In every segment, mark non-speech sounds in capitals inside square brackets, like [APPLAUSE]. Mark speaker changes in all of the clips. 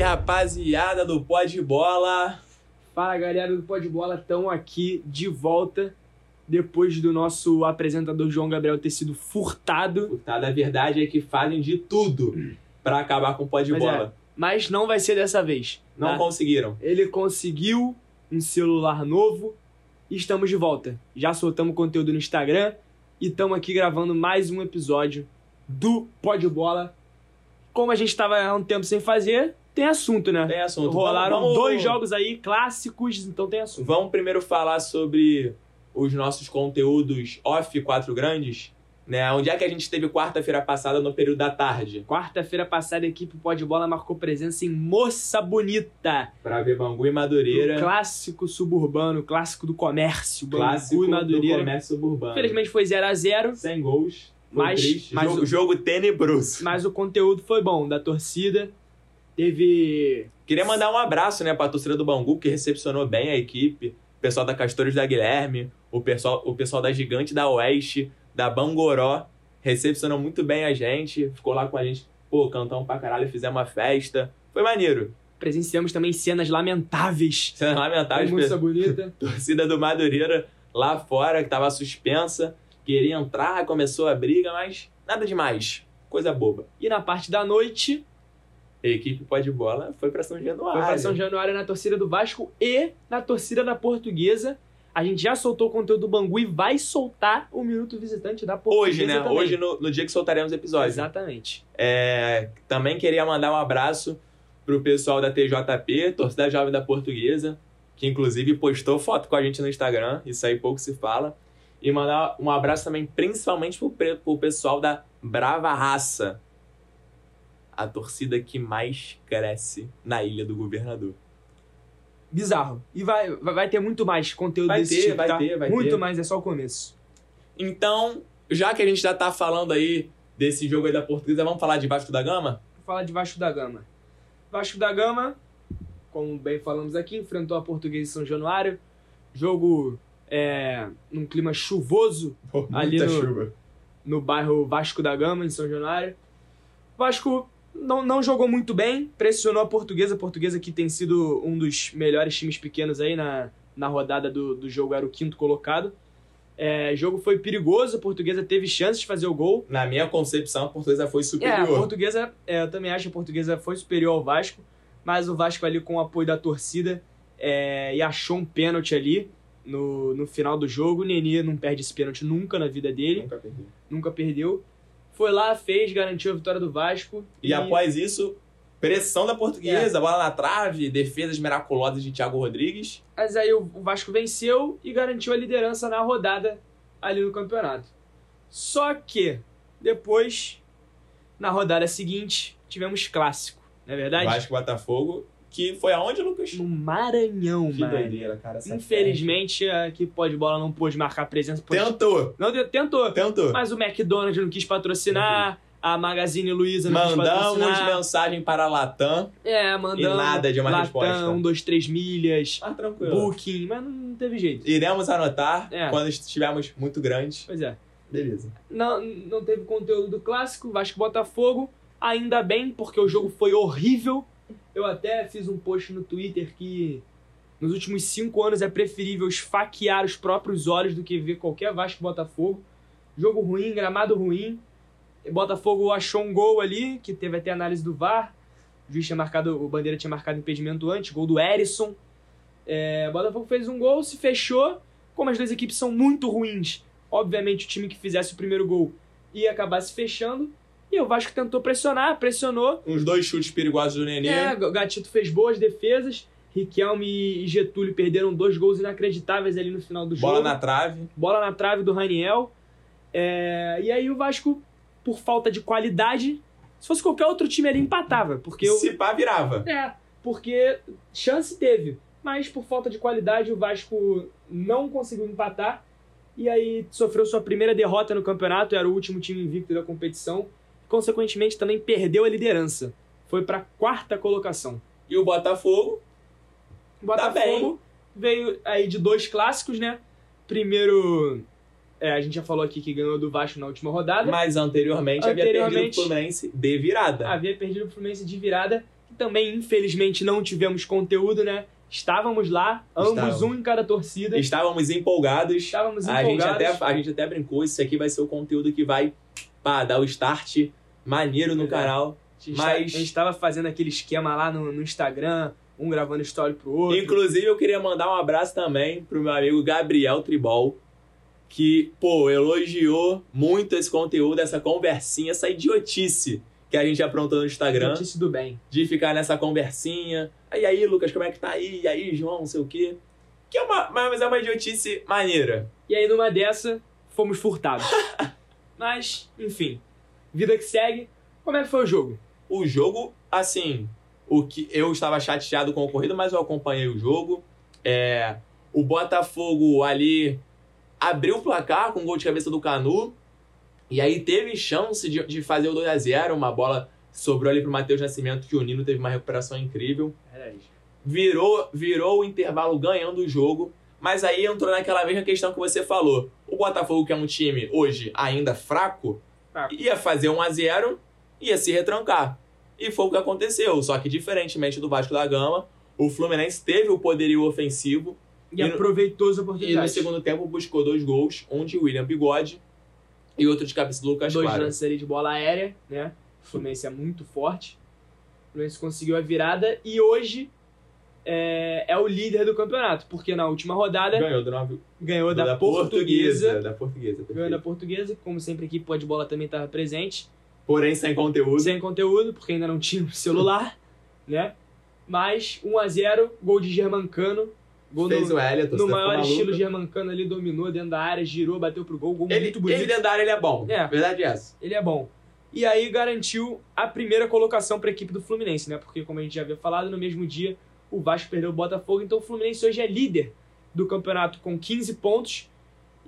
Speaker 1: rapaziada do Pode Bola.
Speaker 2: Fala galera do Pode Bola, estão aqui de volta depois do nosso apresentador João Gabriel ter sido furtado,
Speaker 1: Tá, a verdade é que fazem de tudo pra acabar com o Né? Pode
Speaker 2: Mas é,
Speaker 1: Bola.
Speaker 2: mas não vai ser dessa vez.
Speaker 1: Não
Speaker 2: tá?
Speaker 1: conseguiram.
Speaker 2: Ele conseguiu um celular novo e estamos de volta. Já soltamos conteúdo no Instagram e estamos aqui gravando mais um episódio do Pode Bola. Como a gente estava há um tempo sem fazer, tem assunto, né?
Speaker 1: Tem assunto.
Speaker 2: Rolaram
Speaker 1: Vamos-
Speaker 2: dois jogos aí clássicos, então tem assunto.
Speaker 1: Vamos primeiro falar sobre os nossos conteúdos off quatro grandes, né? Onde é que a gente teve quarta-feira passada no período da tarde?
Speaker 2: Quarta-feira passada, a equipe Pode Bola marcou presença em Moça Bonita.
Speaker 1: Pra ver Bangu e
Speaker 2: O
Speaker 1: Madureira,
Speaker 2: clássico suburbano, o clássico do comércio,
Speaker 1: clássico
Speaker 2: Bangu e Madureira.
Speaker 1: do comércio urbano.
Speaker 2: Infelizmente foi 0 a 0
Speaker 1: sem gols. Foi
Speaker 2: Mas-
Speaker 1: triste.
Speaker 2: mas
Speaker 1: jogo,
Speaker 2: o-
Speaker 1: jogo tenebroso.
Speaker 2: mas o conteúdo foi bom da torcida. Teve.
Speaker 1: Queria mandar um abraço, né, pra torcida do Bangu, que recepcionou bem a equipe. O pessoal da Castores da Guilherme, o pessoal, o pessoal da Gigante da Oeste, da Bangoró, recepcionou muito bem a gente. Ficou lá com a gente, pô, cantamos pra caralho, fizemos uma festa. Foi maneiro.
Speaker 2: Presenciamos também cenas lamentáveis.
Speaker 1: Sendo lamentável,
Speaker 2: Foi
Speaker 1: a
Speaker 2: muito bonita.
Speaker 1: torcida do Madureira lá fora, que tava suspensa, queria entrar, começou a briga, mas nada demais. Coisa boba.
Speaker 2: E na parte da noite,
Speaker 1: A equipe pó de bola foi pra São Januário.
Speaker 2: foi pra São Januário na torcida do Vasco e na torcida da Portuguesa. A gente já soltou o conteúdo do Bangu e vai soltar o Minuto Visitante da Portuguesa.
Speaker 1: Hoje, né?
Speaker 2: também.
Speaker 1: Hoje, no, no dia que soltaremos o episódio.
Speaker 2: Exatamente.
Speaker 1: É, também queria mandar um abraço pro pessoal da TJP, Torcida Jovem da Portuguesa, que inclusive postou foto com a gente no Instagram, isso aí pouco se fala. E mandar um abraço também, principalmente pro, pre- pro pessoal da Brava Raça, a torcida que mais cresce na Ilha do Governador.
Speaker 2: Bizarro. E vai, vai vai ter muito mais conteúdo
Speaker 1: Vai
Speaker 2: desse
Speaker 1: ter,
Speaker 2: tipo,
Speaker 1: vai
Speaker 2: tá?
Speaker 1: ter, vai
Speaker 2: muito
Speaker 1: ter.
Speaker 2: mais, é só o começo.
Speaker 1: Então, já que a gente já tá falando aí desse jogo aí da Portuguesa, vamos falar de Vasco da Gama?
Speaker 2: falar de Vasco da Gama. Vasco da Gama, como bem falamos aqui, enfrentou a Portuguesa de São Januário. Jogo é, num clima chuvoso Ali muita no-
Speaker 1: chuva.
Speaker 2: no bairro Vasco da Gama, em São Januário. Vasco não, não jogou muito bem, pressionou a Portuguesa. A Portuguesa que tem sido um dos melhores times pequenos aí na, na rodada do, do jogo, era o quinto colocado. É, jogo foi perigoso, a Portuguesa teve chances de fazer o gol.
Speaker 1: Na minha concepção, a Portuguesa foi
Speaker 2: É, a
Speaker 1: superior.
Speaker 2: portuguesa, é, eu também acho que a portuguesa foi superior ao Vasco, mas o Vasco ali com o apoio da torcida é, e achou um pênalti ali no, no final do jogo. O Nenê não perde esse pênalti nunca na vida dele,
Speaker 1: Nunca perdi.
Speaker 2: nunca perdeu. Foi lá, fez, garantiu a vitória do Vasco.
Speaker 1: E após isso, pressão da
Speaker 2: É.
Speaker 1: portuguesa, bola na trave, defesas miraculosas de Thiago Rodrigues.
Speaker 2: Mas aí o o Vasco venceu e garantiu a liderança na rodada ali no campeonato. Só que depois, na rodada seguinte, tivemos clássico, não é verdade?
Speaker 1: Vasco e Botafogo, que foi aonde, Lucas?
Speaker 2: No Maranhão,
Speaker 1: que
Speaker 2: mano.
Speaker 1: doideira, cara. essa
Speaker 2: Infelizmente, a equipe Pode Bola não pôde marcar presença.
Speaker 1: festa.
Speaker 2: Pôde...
Speaker 1: Tentou,
Speaker 2: Não, de- tentou.
Speaker 1: tentou.
Speaker 2: Mas o McDonald's não quis patrocinar, a Magazine Luiza não quis
Speaker 1: Mandamos
Speaker 2: patrocinar.
Speaker 1: mensagem para a Latam.
Speaker 2: É, mandamos.
Speaker 1: E nada de uma
Speaker 2: Latam,
Speaker 1: resposta.
Speaker 2: um, dois, três milhas,
Speaker 1: Ah, tranquilo.
Speaker 2: Booking, mas não teve jeito.
Speaker 1: Iremos anotar
Speaker 2: É.
Speaker 1: quando estivermos muito grandes.
Speaker 2: Pois é.
Speaker 1: Beleza.
Speaker 2: Não, não teve conteúdo do clássico, Vasco e Botafogo. Ainda bem, porque o jogo foi horrível. Eu até fiz um post no Twitter que nos últimos cinco anos é preferível esfaquear os próprios olhos do que ver qualquer Vasco e Botafogo. Jogo ruim, gramado ruim. E Botafogo achou um gol ali, que teve até análise do VAR. O juiz tinha marcado, o Bandeira tinha marcado impedimento antes, gol do Erisson. É, Botafogo fez um gol, se fechou. Como as duas equipes são muito ruins, obviamente o time que fizesse o primeiro gol ia acabar se fechando. E o Vasco tentou pressionar, pressionou.
Speaker 1: Uns dois chutes perigosos do Nenê.
Speaker 2: É, o Gatito fez boas defesas. Riquelme e Getúlio perderam dois gols inacreditáveis ali no final do
Speaker 1: bola
Speaker 2: jogo.
Speaker 1: na trave.
Speaker 2: Bola na trave do Raniel. É, e aí o Vasco, por falta de qualidade, se fosse qualquer outro time ele empatava. Porque o-
Speaker 1: Se pá, virava.
Speaker 2: é, porque chance teve, mas por falta de qualidade o Vasco não conseguiu empatar e aí sofreu sua primeira derrota no campeonato, era o último time invicto da competição, consequentemente também perdeu a liderança. Foi para quarta colocação.
Speaker 1: E o Botafogo,
Speaker 2: O
Speaker 1: Tá
Speaker 2: Botafogo veio aí de dois clássicos, né? Primeiro, é, a gente já falou aqui que ganhou do Vasco na última rodada.
Speaker 1: mas anteriormente, havia perdido o
Speaker 2: tá Anteriormente-
Speaker 1: Fluminense de virada.
Speaker 2: havia perdido o Fluminense de virada. Também, infelizmente, não tivemos conteúdo, né? Estávamos lá, ambos,
Speaker 1: Estávamos.
Speaker 2: um em cada torcida.
Speaker 1: Estávamos empolgados.
Speaker 2: Estávamos
Speaker 1: A gente,
Speaker 2: empolgados.
Speaker 1: até, a gente até brincou, isso aqui vai ser o conteúdo que vai pá, dar o start maneiro no
Speaker 2: Pois é.
Speaker 1: canal.
Speaker 2: A gente
Speaker 1: mas-
Speaker 2: tá- a gente estava fazendo aquele esquema lá no, no Instagram, um gravando story pro outro.
Speaker 1: Inclusive, eu queria mandar um abraço também pro meu amigo Gabriel Tribol, que, pô, elogiou muito esse conteúdo, essa conversinha, essa idiotice que a gente aprontou no Instagram,
Speaker 2: Notícia do bem.
Speaker 1: de ficar nessa conversinha. E aí, Lucas, como é que tá aí? E aí, João, não sei o quê. Que é uma, mas é uma idiotice maneira.
Speaker 2: E aí, numa dessa, fomos
Speaker 1: [LAUGHS]
Speaker 2: furtados. Mas, enfim, vida que segue. Como é que foi o jogo?
Speaker 1: O jogo, assim, o que eu estava chateado com o ocorrido, mas eu acompanhei o jogo. É, o Botafogo ali abriu o placar com um gol de cabeça do Canu. E aí teve chance de, de fazer o 2x0. Uma bola sobrou ali pro Matheus Nascimento, que o Nino teve uma recuperação incrível virou, virou o intervalo ganhando o jogo. Mas aí entrou naquela mesma questão que você falou. O Botafogo, que é um time hoje ainda fraco,
Speaker 2: Fraco.
Speaker 1: ia fazer 1 a 0 ia se retrancar. E foi o que aconteceu. Só que, diferentemente do Vasco da Gama, o Fluminense teve o poderio ofensivo
Speaker 2: E,
Speaker 1: E no-
Speaker 2: aproveitou as
Speaker 1: e no
Speaker 2: oportunidades.
Speaker 1: segundo tempo buscou dois gols, um de William Bigode e outro de cabeça do Lucas
Speaker 2: Dois
Speaker 1: Claro.
Speaker 2: lances ali de bola aérea, né? O Fluminense é muito forte. O Fluminense conseguiu a virada e hoje é, é o líder do campeonato, porque na última rodada
Speaker 1: Ganhou do nove-
Speaker 2: ganhou da,
Speaker 1: da
Speaker 2: Portuguesa.
Speaker 1: portuguesa. Da portuguesa,
Speaker 2: Ganhou da
Speaker 1: perfeito.
Speaker 2: Portuguesa, como sempre aqui, Pode Bola também estava presente.
Speaker 1: Porém, sem conteúdo.
Speaker 2: Sem conteúdo, porque ainda não tinha o celular, [LAUGHS] né? Mas 1x0, gol de Germancano. Gol
Speaker 1: Fez
Speaker 2: no,
Speaker 1: o tá Elliot.
Speaker 2: no maior estilo Germancano ali, dominou dentro da área, girou, bateu pro gol, gol
Speaker 1: Ele,
Speaker 2: muito bonito.
Speaker 1: ele dentro da área, ele é bom.
Speaker 2: É.
Speaker 1: Verdade é essa.
Speaker 2: Ele é bom. E aí garantiu a primeira colocação para a equipe do Fluminense, né? Porque, como a gente já havia falado, no mesmo dia o Vasco perdeu o Botafogo, então o Fluminense hoje é líder do campeonato com 15 pontos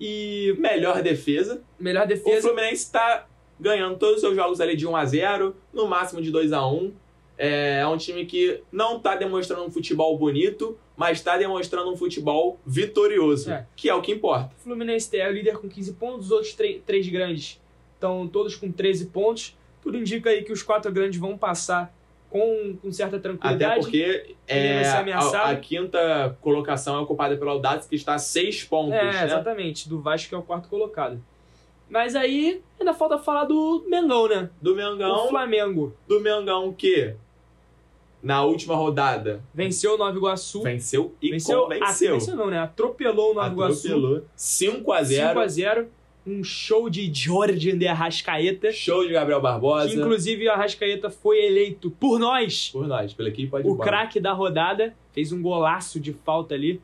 Speaker 2: e
Speaker 1: Melhor defesa.
Speaker 2: melhor
Speaker 1: O
Speaker 2: defesa.
Speaker 1: Fluminense tá ganhando todos os seus jogos ali de 1 a 0 no máximo de 2 a 1 é, é um time que não tá demonstrando um futebol bonito, mas tá demonstrando um futebol vitorioso,
Speaker 2: É.
Speaker 1: que é o que importa.
Speaker 2: O Fluminense é o líder com 15 pontos, os outros tre- três grandes estão todos com 13 pontos. Tudo indica aí que os quatro grandes vão passar com, com certa
Speaker 1: Até
Speaker 2: tranquilidade.
Speaker 1: porque
Speaker 2: Ele vai
Speaker 1: é,
Speaker 2: ser ameaçado.
Speaker 1: a, a quinta colocação é ocupada pelo Audax, que está a 6 pontos,
Speaker 2: é,
Speaker 1: né?
Speaker 2: exatamente, do Vasco que é o quarto colocado. Mas aí ainda falta falar do Mengão, né?
Speaker 1: Do
Speaker 2: O
Speaker 1: Mengão,
Speaker 2: Flamengo.
Speaker 1: do Mengão que na última rodada
Speaker 2: Venceu o Nova Iguaçu.
Speaker 1: venceu e
Speaker 2: venceu,
Speaker 1: convenceu.
Speaker 2: Ah, venceu não, né? Atropelou o Nova Iguaçu.
Speaker 1: Atropelou. 5 a 0
Speaker 2: 5x0. Um show de Jordan de Arrascaeta.
Speaker 1: Show de Gabriel Barbosa.
Speaker 2: Que, inclusive, o Arrascaeta foi eleito por nós
Speaker 1: Por nós, pela equipe pode
Speaker 2: o craque da rodada. Fez um golaço de falta ali.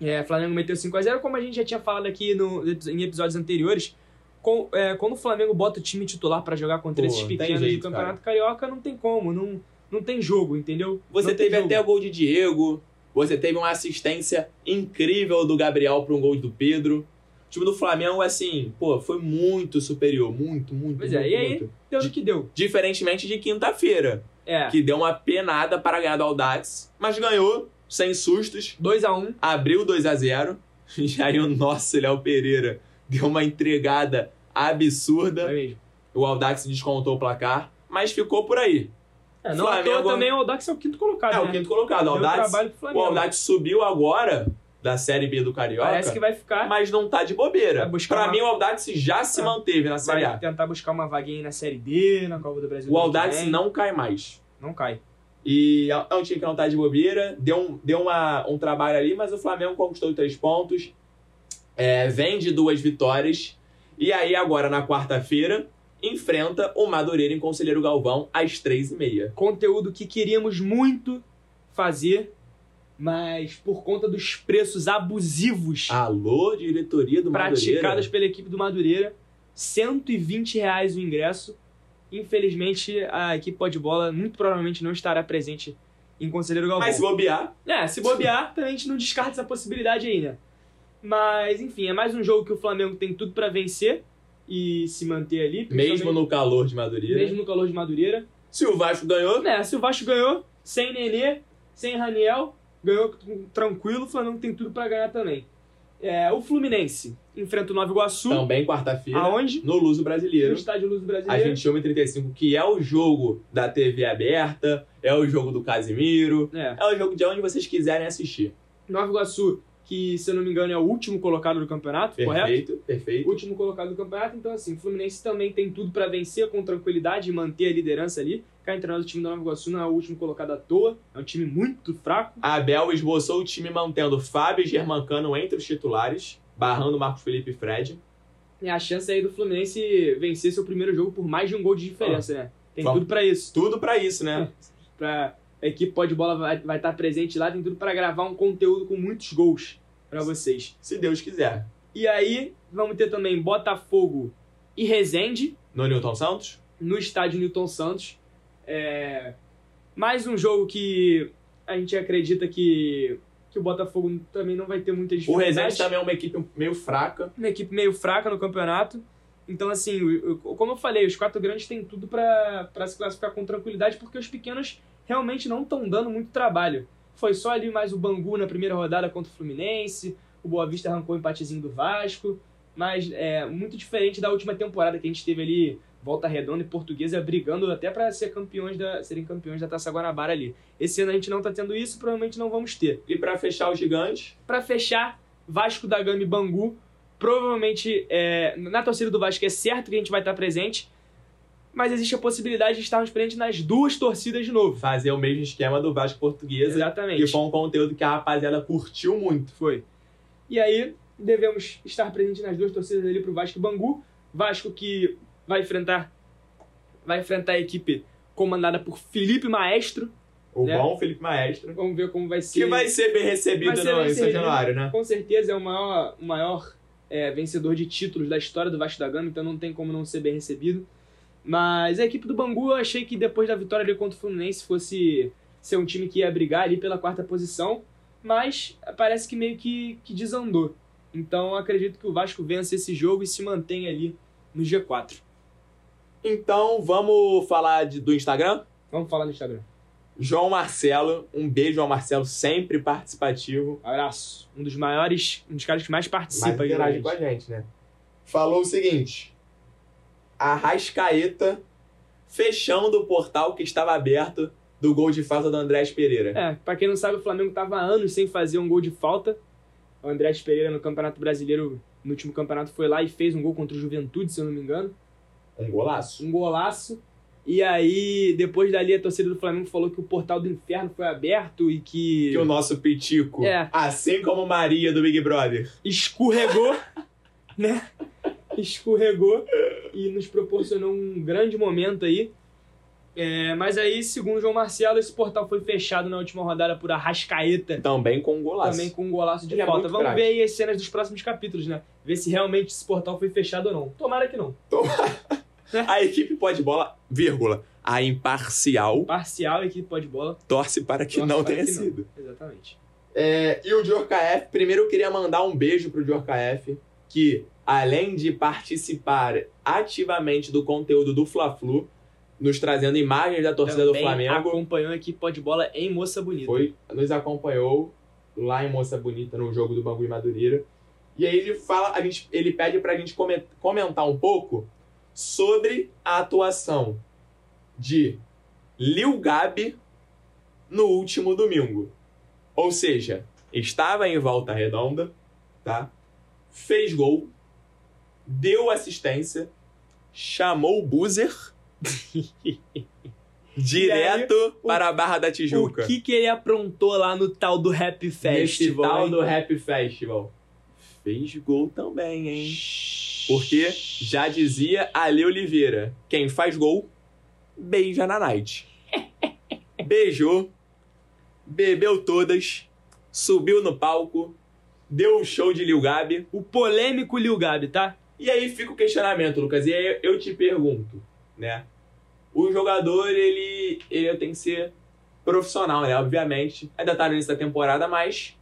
Speaker 2: É, Flamengo meteu 5x0, como a gente já tinha falado aqui no, em episódios anteriores. com- é, quando o Flamengo bota o time titular pra jogar contra
Speaker 1: Pô,
Speaker 2: esses
Speaker 1: não tem
Speaker 2: pequenos
Speaker 1: jeito,
Speaker 2: do Campeonato Carioca, não tem como, não, não tem jogo, entendeu?
Speaker 1: Você
Speaker 2: Não tem
Speaker 1: teve
Speaker 2: jogo.
Speaker 1: até o gol de Diego. Você teve uma assistência incrível do Gabriel para um gol do Pedro. O time do Flamengo, assim, pô, foi muito superior. Muito, muito,
Speaker 2: Pois é,
Speaker 1: muito,
Speaker 2: e aí?
Speaker 1: muito.
Speaker 2: Deu no que deu.
Speaker 1: Diferentemente de quinta-feira,
Speaker 2: É,
Speaker 1: que deu uma penada para ganhar do Audax, mas ganhou, sem sustos,
Speaker 2: 2x1.
Speaker 1: abriu 2 a 0 [LAUGHS] E aí o nosso Léo Pereira deu uma entregada absurda.
Speaker 2: É mesmo.
Speaker 1: O Audax descontou o placar, mas ficou por aí.
Speaker 2: É, não
Speaker 1: Flamengo-
Speaker 2: à toa também o Audax é o quinto colocado,
Speaker 1: É, o
Speaker 2: né?
Speaker 1: quinto colocado. O
Speaker 2: Deu
Speaker 1: Audax,
Speaker 2: trabalho pro
Speaker 1: o
Speaker 2: Flamengo.
Speaker 1: Audax subiu agora da Série B do Carioca,
Speaker 2: Parece que vai ficar,
Speaker 1: mas não tá de bobeira.
Speaker 2: Vai buscar
Speaker 1: Pra
Speaker 2: uma-
Speaker 1: mim, o Audax já se
Speaker 2: Ah,
Speaker 1: manteve na Série
Speaker 2: vai
Speaker 1: A.
Speaker 2: tentar buscar uma vaguinha aí na Série D, na Copa do Brasil.
Speaker 1: O
Speaker 2: ano que
Speaker 1: Audax
Speaker 2: vem.
Speaker 1: não cai mais.
Speaker 2: Não cai.
Speaker 1: E é um time que não tá de bobeira, deu um, deu uma, um trabalho ali, mas o Flamengo conquistou três pontos, é, vem de duas vitórias, e aí agora na quarta-feira enfrenta o Madureira em Conselheiro Galvão às três e meia.
Speaker 2: Conteúdo que queríamos muito fazer, mas por conta dos preços abusivos
Speaker 1: Alô, diretoria Ah, do Madureira.
Speaker 2: praticados pela equipe do Madureira, R$ 120 reais o ingresso. Infelizmente, a equipe pó de bola muito provavelmente não estará presente em Conselheiro Galvão.
Speaker 1: Mas se bobear,
Speaker 2: É, se bobear, também a gente não descarta essa possibilidade aí, né? Mas, enfim, é mais um jogo que o Flamengo tem tudo pra vencer e se manter ali.
Speaker 1: Mesmo no calor de Madureira.
Speaker 2: mesmo no calor de Madureira.
Speaker 1: Se o Vasco ganhou,
Speaker 2: É, se o Vasco ganhou, sem Nenê, sem Raniel, ganhou tranquilo, o Flamengo tem tudo pra ganhar também. É, o Fluminense enfrenta o Nova Iguaçu.
Speaker 1: Também quarta-feira,
Speaker 2: aonde?
Speaker 1: no Luso
Speaker 2: No
Speaker 1: Brasileiro,
Speaker 2: Estádio Luz
Speaker 1: às
Speaker 2: Brasileiro.
Speaker 1: 21h35, que é o jogo da TV aberta, é o jogo do Casimiro,
Speaker 2: É.
Speaker 1: é o jogo de onde vocês quiserem assistir.
Speaker 2: Nova Iguaçu, que se eu não me engano é o último colocado do campeonato, correto?
Speaker 1: Perfeito, perfeito.
Speaker 2: Último colocado do campeonato, então assim, o Fluminense também tem tudo pra vencer com tranquilidade e manter a liderança ali. Cá entre nós, o time da Nova Iguaçu não é o último colocado à toa, é um time muito fraco.
Speaker 1: Abel esboçou o time mantendo Fábio e Germancano entre os titulares, barrando Marcos Felipe e Fred.
Speaker 2: E a chance aí do Fluminense vencer seu primeiro jogo por mais de um gol de diferença, né? Tem
Speaker 1: Vamos.
Speaker 2: tudo pra isso.
Speaker 1: Tudo pra isso, né?
Speaker 2: Pra a equipe pode bola vai estar presente lá, tem tudo pra gravar um conteúdo com muitos gols pra vocês.
Speaker 1: Se Deus quiser.
Speaker 2: E aí, vamos ter também Botafogo e Resende.
Speaker 1: No Newton Santos?
Speaker 2: no estádio Newton Santos. É, mais um jogo que a gente acredita que, que o Botafogo também não vai ter muita
Speaker 1: O
Speaker 2: dificuldade.
Speaker 1: Rezende também é uma equipe meio fraca.
Speaker 2: Uma equipe meio fraca no campeonato. Então, assim, o- o- como eu falei, os quatro grandes têm tudo para se classificar com tranquilidade, porque os pequenos realmente não estão dando muito trabalho. Foi só ali mais o Bangu na primeira rodada contra o Fluminense, o Boa Vista arrancou o empatezinho do Vasco, mas é muito diferente da última temporada que a gente teve ali Volta Redonda e Portuguesa brigando até para ser campeões da, serem campeões da Taça Guanabara ali. Esse ano a gente não tá tendo isso, provavelmente não vamos ter.
Speaker 1: E pra fechar o gigante,
Speaker 2: Pra fechar, Vasco da Gama e Bangu. Provavelmente é, na torcida do Vasco é certo que a gente vai estar presente, mas existe a possibilidade de estarmos presentes nas duas torcidas de novo.
Speaker 1: fazer o mesmo esquema do Vasco Portuguesa.
Speaker 2: Exatamente.
Speaker 1: Que foi um conteúdo que a rapaziada curtiu muito.
Speaker 2: Foi. E aí, devemos estar presentes nas duas torcidas ali pro Vasco e Bangu. Vasco que vai enfrentar vai enfrentar a equipe comandada por Felipe Maestro.
Speaker 1: O
Speaker 2: Né?
Speaker 1: bom Felipe Maestro.
Speaker 2: Vamos ver como vai ser.
Speaker 1: Que vai ser bem recebido
Speaker 2: Vai
Speaker 1: no,
Speaker 2: ser bem
Speaker 1: em São
Speaker 2: recebido.
Speaker 1: Januário, né?
Speaker 2: com certeza é o maior, o maior é, vencedor de títulos da história do Vasco da Gama, então não tem como não ser bem recebido. Mas a equipe do Bangu, eu achei que depois da vitória ali contra o Fluminense fosse ser um time que ia brigar ali pela quarta posição, mas parece que meio que, que desandou. Então eu acredito que o Vasco vença esse jogo e se mantenha ali no G4.
Speaker 1: Então vamos falar de- do Instagram?
Speaker 2: Vamos falar no Instagram.
Speaker 1: João Marcelo, um beijo ao Marcelo, sempre participativo.
Speaker 2: Abraço. Um dos maiores, um dos caras que mais participa.
Speaker 1: Mas
Speaker 2: aqui da
Speaker 1: interage
Speaker 2: gente.
Speaker 1: com a gente, né? Falou o seguinte: Arrascaeta fechando o portal que estava aberto do gol de falta do Andrés Pereira.
Speaker 2: É, pra quem não sabe, o Flamengo tava há anos sem fazer um gol de falta. O André Pereira no Campeonato Brasileiro, no último campeonato, foi lá e fez um gol contra o Juventude, se eu não me engano.
Speaker 1: Um golaço.
Speaker 2: Um golaço. E aí, depois dali, a torcida do Flamengo falou que o portal do inferno foi aberto e que
Speaker 1: Que o nosso Pitico,
Speaker 2: É.
Speaker 1: assim como Maria do Big Brother,
Speaker 2: escorregou, [LAUGHS] né? Escorregou e nos proporcionou um grande momento aí. É, mas aí, segundo o João Marcelo, esse portal foi fechado na última rodada por Arrascaeta
Speaker 1: também com um golaço.
Speaker 2: também com um golaço de
Speaker 1: Ele é
Speaker 2: falta.
Speaker 1: muito
Speaker 2: Vamos
Speaker 1: craque.
Speaker 2: ver aí as cenas dos próximos capítulos, né? Ver se realmente esse portal foi fechado ou não. Tomara que não.
Speaker 1: A equipe pode bola, vírgula, a imparcial
Speaker 2: Parcial, equipe pode bola.
Speaker 1: torce para que
Speaker 2: Torce
Speaker 1: não
Speaker 2: para
Speaker 1: tenha
Speaker 2: que não.
Speaker 1: sido.
Speaker 2: Exatamente.
Speaker 1: É, e o Diorca F, primeiro eu queria mandar um beijo pro Diorca F, que além de participar ativamente do conteúdo do Fla-Flu, nos trazendo imagens da torcida do
Speaker 2: Também
Speaker 1: Flamengo,
Speaker 2: acompanhou a equipe pode bola em Moça Bonita.
Speaker 1: foi, nos acompanhou lá em Moça Bonita no jogo do Bangu e Madureira. E aí ele fala, a gente, ele pede pra gente comen- comentar um pouco sobre a atuação de Lil Gabi no último domingo. Ou seja, estava em volta redonda, tá? Fez gol, deu assistência, chamou o
Speaker 2: [LAUGHS]
Speaker 1: buzzer direto
Speaker 2: o-
Speaker 1: para a Barra da
Speaker 2: O
Speaker 1: Tijuca.
Speaker 2: que, que ele aprontou lá no tal do Rap
Speaker 1: Nesse
Speaker 2: Festival?
Speaker 1: tal
Speaker 2: hein?
Speaker 1: do Rap Festival. Fez gol também, hein? Porque já dizia Ale Oliveira: quem faz gol, beija na night. [LAUGHS] Beijou, bebeu todas, subiu no palco, deu um show de Lil Gabi.
Speaker 2: O polêmico Lil Gabi, tá?
Speaker 1: E aí fica o questionamento, Lucas, e aí eu te pergunto, né? O jogador, ele, ele tem que ser profissional, né? Obviamente. Ainda tá no início da temporada, mas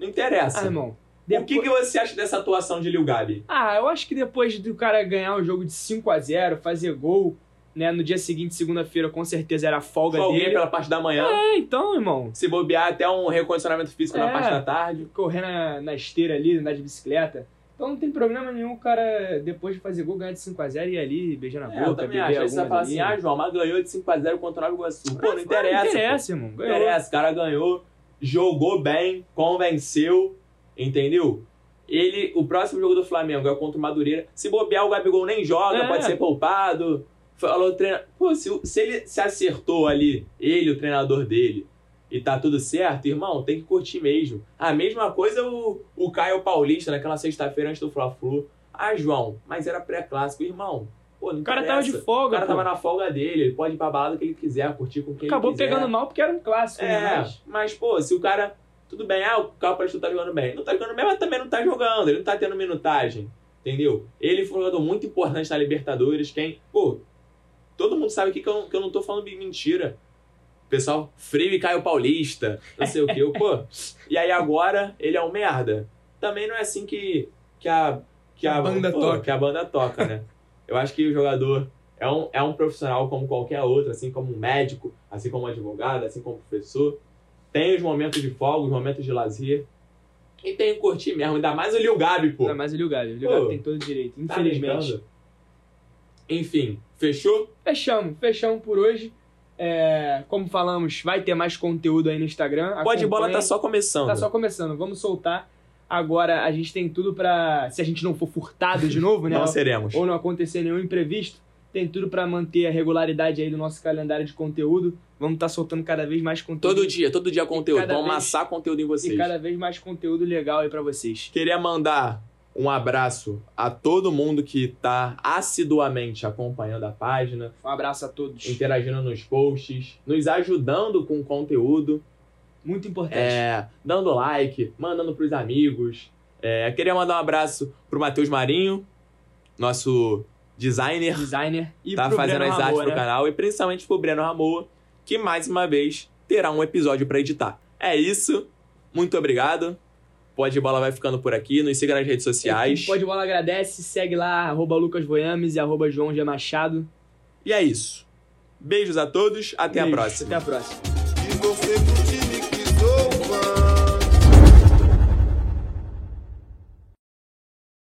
Speaker 1: não interessa.
Speaker 2: Ah, irmão.
Speaker 1: O que, que você acha dessa atuação de Lil Gabi?
Speaker 2: Ah, eu acho que depois do cara ganhar um jogo de 5 a 0 fazer gol, né? No dia seguinte, segunda-feira, com certeza era a folga
Speaker 1: Folguei
Speaker 2: dele.
Speaker 1: pela parte da manhã.
Speaker 2: É, então, irmão.
Speaker 1: Se bobear até um recondicionamento físico na
Speaker 2: É.
Speaker 1: parte da tarde.
Speaker 2: Correr na, na esteira ali, andar de bicicleta. Então não tem problema nenhum o cara, depois de fazer gol, ganhar de 5x0 e ir ali beijar na
Speaker 1: É, eu
Speaker 2: boca,
Speaker 1: também
Speaker 2: beber
Speaker 1: acho. Aí
Speaker 2: algumas
Speaker 1: você vai falar
Speaker 2: ali.
Speaker 1: assim, ah, João, mas ganhou de 5x0 contra o Nova Iguaçu. Pô, não interessa.
Speaker 2: Não
Speaker 1: pô.
Speaker 2: interessa, irmão.
Speaker 1: Não
Speaker 2: Ganhou.
Speaker 1: interessa, o cara ganhou, jogou bem, convenceu, entendeu? Ele, o próximo jogo do Flamengo é contra o Madureira. Se bobear, o Gabigol nem joga,
Speaker 2: É.
Speaker 1: pode ser poupado. Falou o treinador. Pô, se, o- se ele se acertou ali, ele, o treinador dele, e tá tudo certo, irmão, tem que curtir mesmo. A mesma coisa o, o Caio Paulista naquela sexta-feira antes do Fla-Flu. Ah, João, mas era pré-clássico, irmão. Pô, não
Speaker 2: O cara tava de
Speaker 1: interessa. O
Speaker 2: folga,
Speaker 1: cara
Speaker 2: pô.
Speaker 1: tava na folga dele, ele pode ir pra balada que ele quiser, curtir com quem
Speaker 2: Acabou
Speaker 1: ele quiser.
Speaker 2: pegando mal porque era um clássico, né?
Speaker 1: É,
Speaker 2: Mas-
Speaker 1: mas, pô, se o cara. Tudo bem, ah, o Caio Paulista não tá jogando bem. Não tá jogando bem, mas também não tá jogando. Ele não tá tendo minutagem. Entendeu? Ele foi um jogador muito importante na Libertadores. Quem. Pô, todo mundo sabe aqui que eu, que eu não tô falando mentira. Pessoal, frio e Caio Paulista. Não sei o que. Pô. E aí agora ele é um merda. Também não é assim que, que a. Que a,
Speaker 2: A banda
Speaker 1: pô,
Speaker 2: toca.
Speaker 1: Que a banda toca, né? Eu acho que o jogador é um, é um profissional como qualquer outro, assim como um médico, assim como um advogado, assim como um professor. Tem os momentos de folga, os momentos de lazer. E tem que curtir mesmo, ainda mais o Lil Gabi, pô.
Speaker 2: Não, mas ele e o Gabi. Ele e o
Speaker 1: Pô.
Speaker 2: Gabi tem todo o direito,
Speaker 1: Tá
Speaker 2: infelizmente.
Speaker 1: brincando? Enfim, fechou?
Speaker 2: fechamos, fechamos por hoje. É, como falamos, vai ter mais conteúdo aí no Instagram.
Speaker 1: Pode bola
Speaker 2: Acompanha.
Speaker 1: tá só começando.
Speaker 2: Tá só começando, vamos soltar. Agora a gente tem tudo pra. Se a gente não for furtado de novo, né?
Speaker 1: Não seremos.
Speaker 2: ou não acontecer nenhum imprevisto, tem tudo pra manter a regularidade aí do nosso calendário de conteúdo. Vamos estar soltando cada vez mais conteúdo.
Speaker 1: Todo dia, todo dia conteúdo.
Speaker 2: cada
Speaker 1: Vamos
Speaker 2: vez-
Speaker 1: amassar conteúdo em
Speaker 2: E
Speaker 1: vocês.
Speaker 2: cada vez mais conteúdo legal aí pra vocês.
Speaker 1: Queria mandar um abraço a todo mundo que tá assiduamente acompanhando a página.
Speaker 2: Um abraço a todos.
Speaker 1: interagindo nos posts, nos ajudando com o conteúdo,
Speaker 2: Muito importante.
Speaker 1: é, dando like, mandando pros amigos. É, queria mandar um abraço pro Matheus Marinho, nosso designer,
Speaker 2: Designer e
Speaker 1: tá
Speaker 2: pro
Speaker 1: fazendo
Speaker 2: Breno
Speaker 1: as artes
Speaker 2: Ramon,
Speaker 1: pro
Speaker 2: né?
Speaker 1: canal, e principalmente pro Breno Ramoa, que mais uma vez terá um episódio pra editar. É isso, muito obrigado. Pode bola vai ficando por aqui, nos siga nas redes sociais.
Speaker 2: Equipe É, Pode Bola agradece, segue lá, arroba Lucas Voyames e arroba João G. Machado.
Speaker 1: E é isso. Beijos a todos, até a
Speaker 2: Beijo,
Speaker 1: próxima.
Speaker 2: Até a próxima.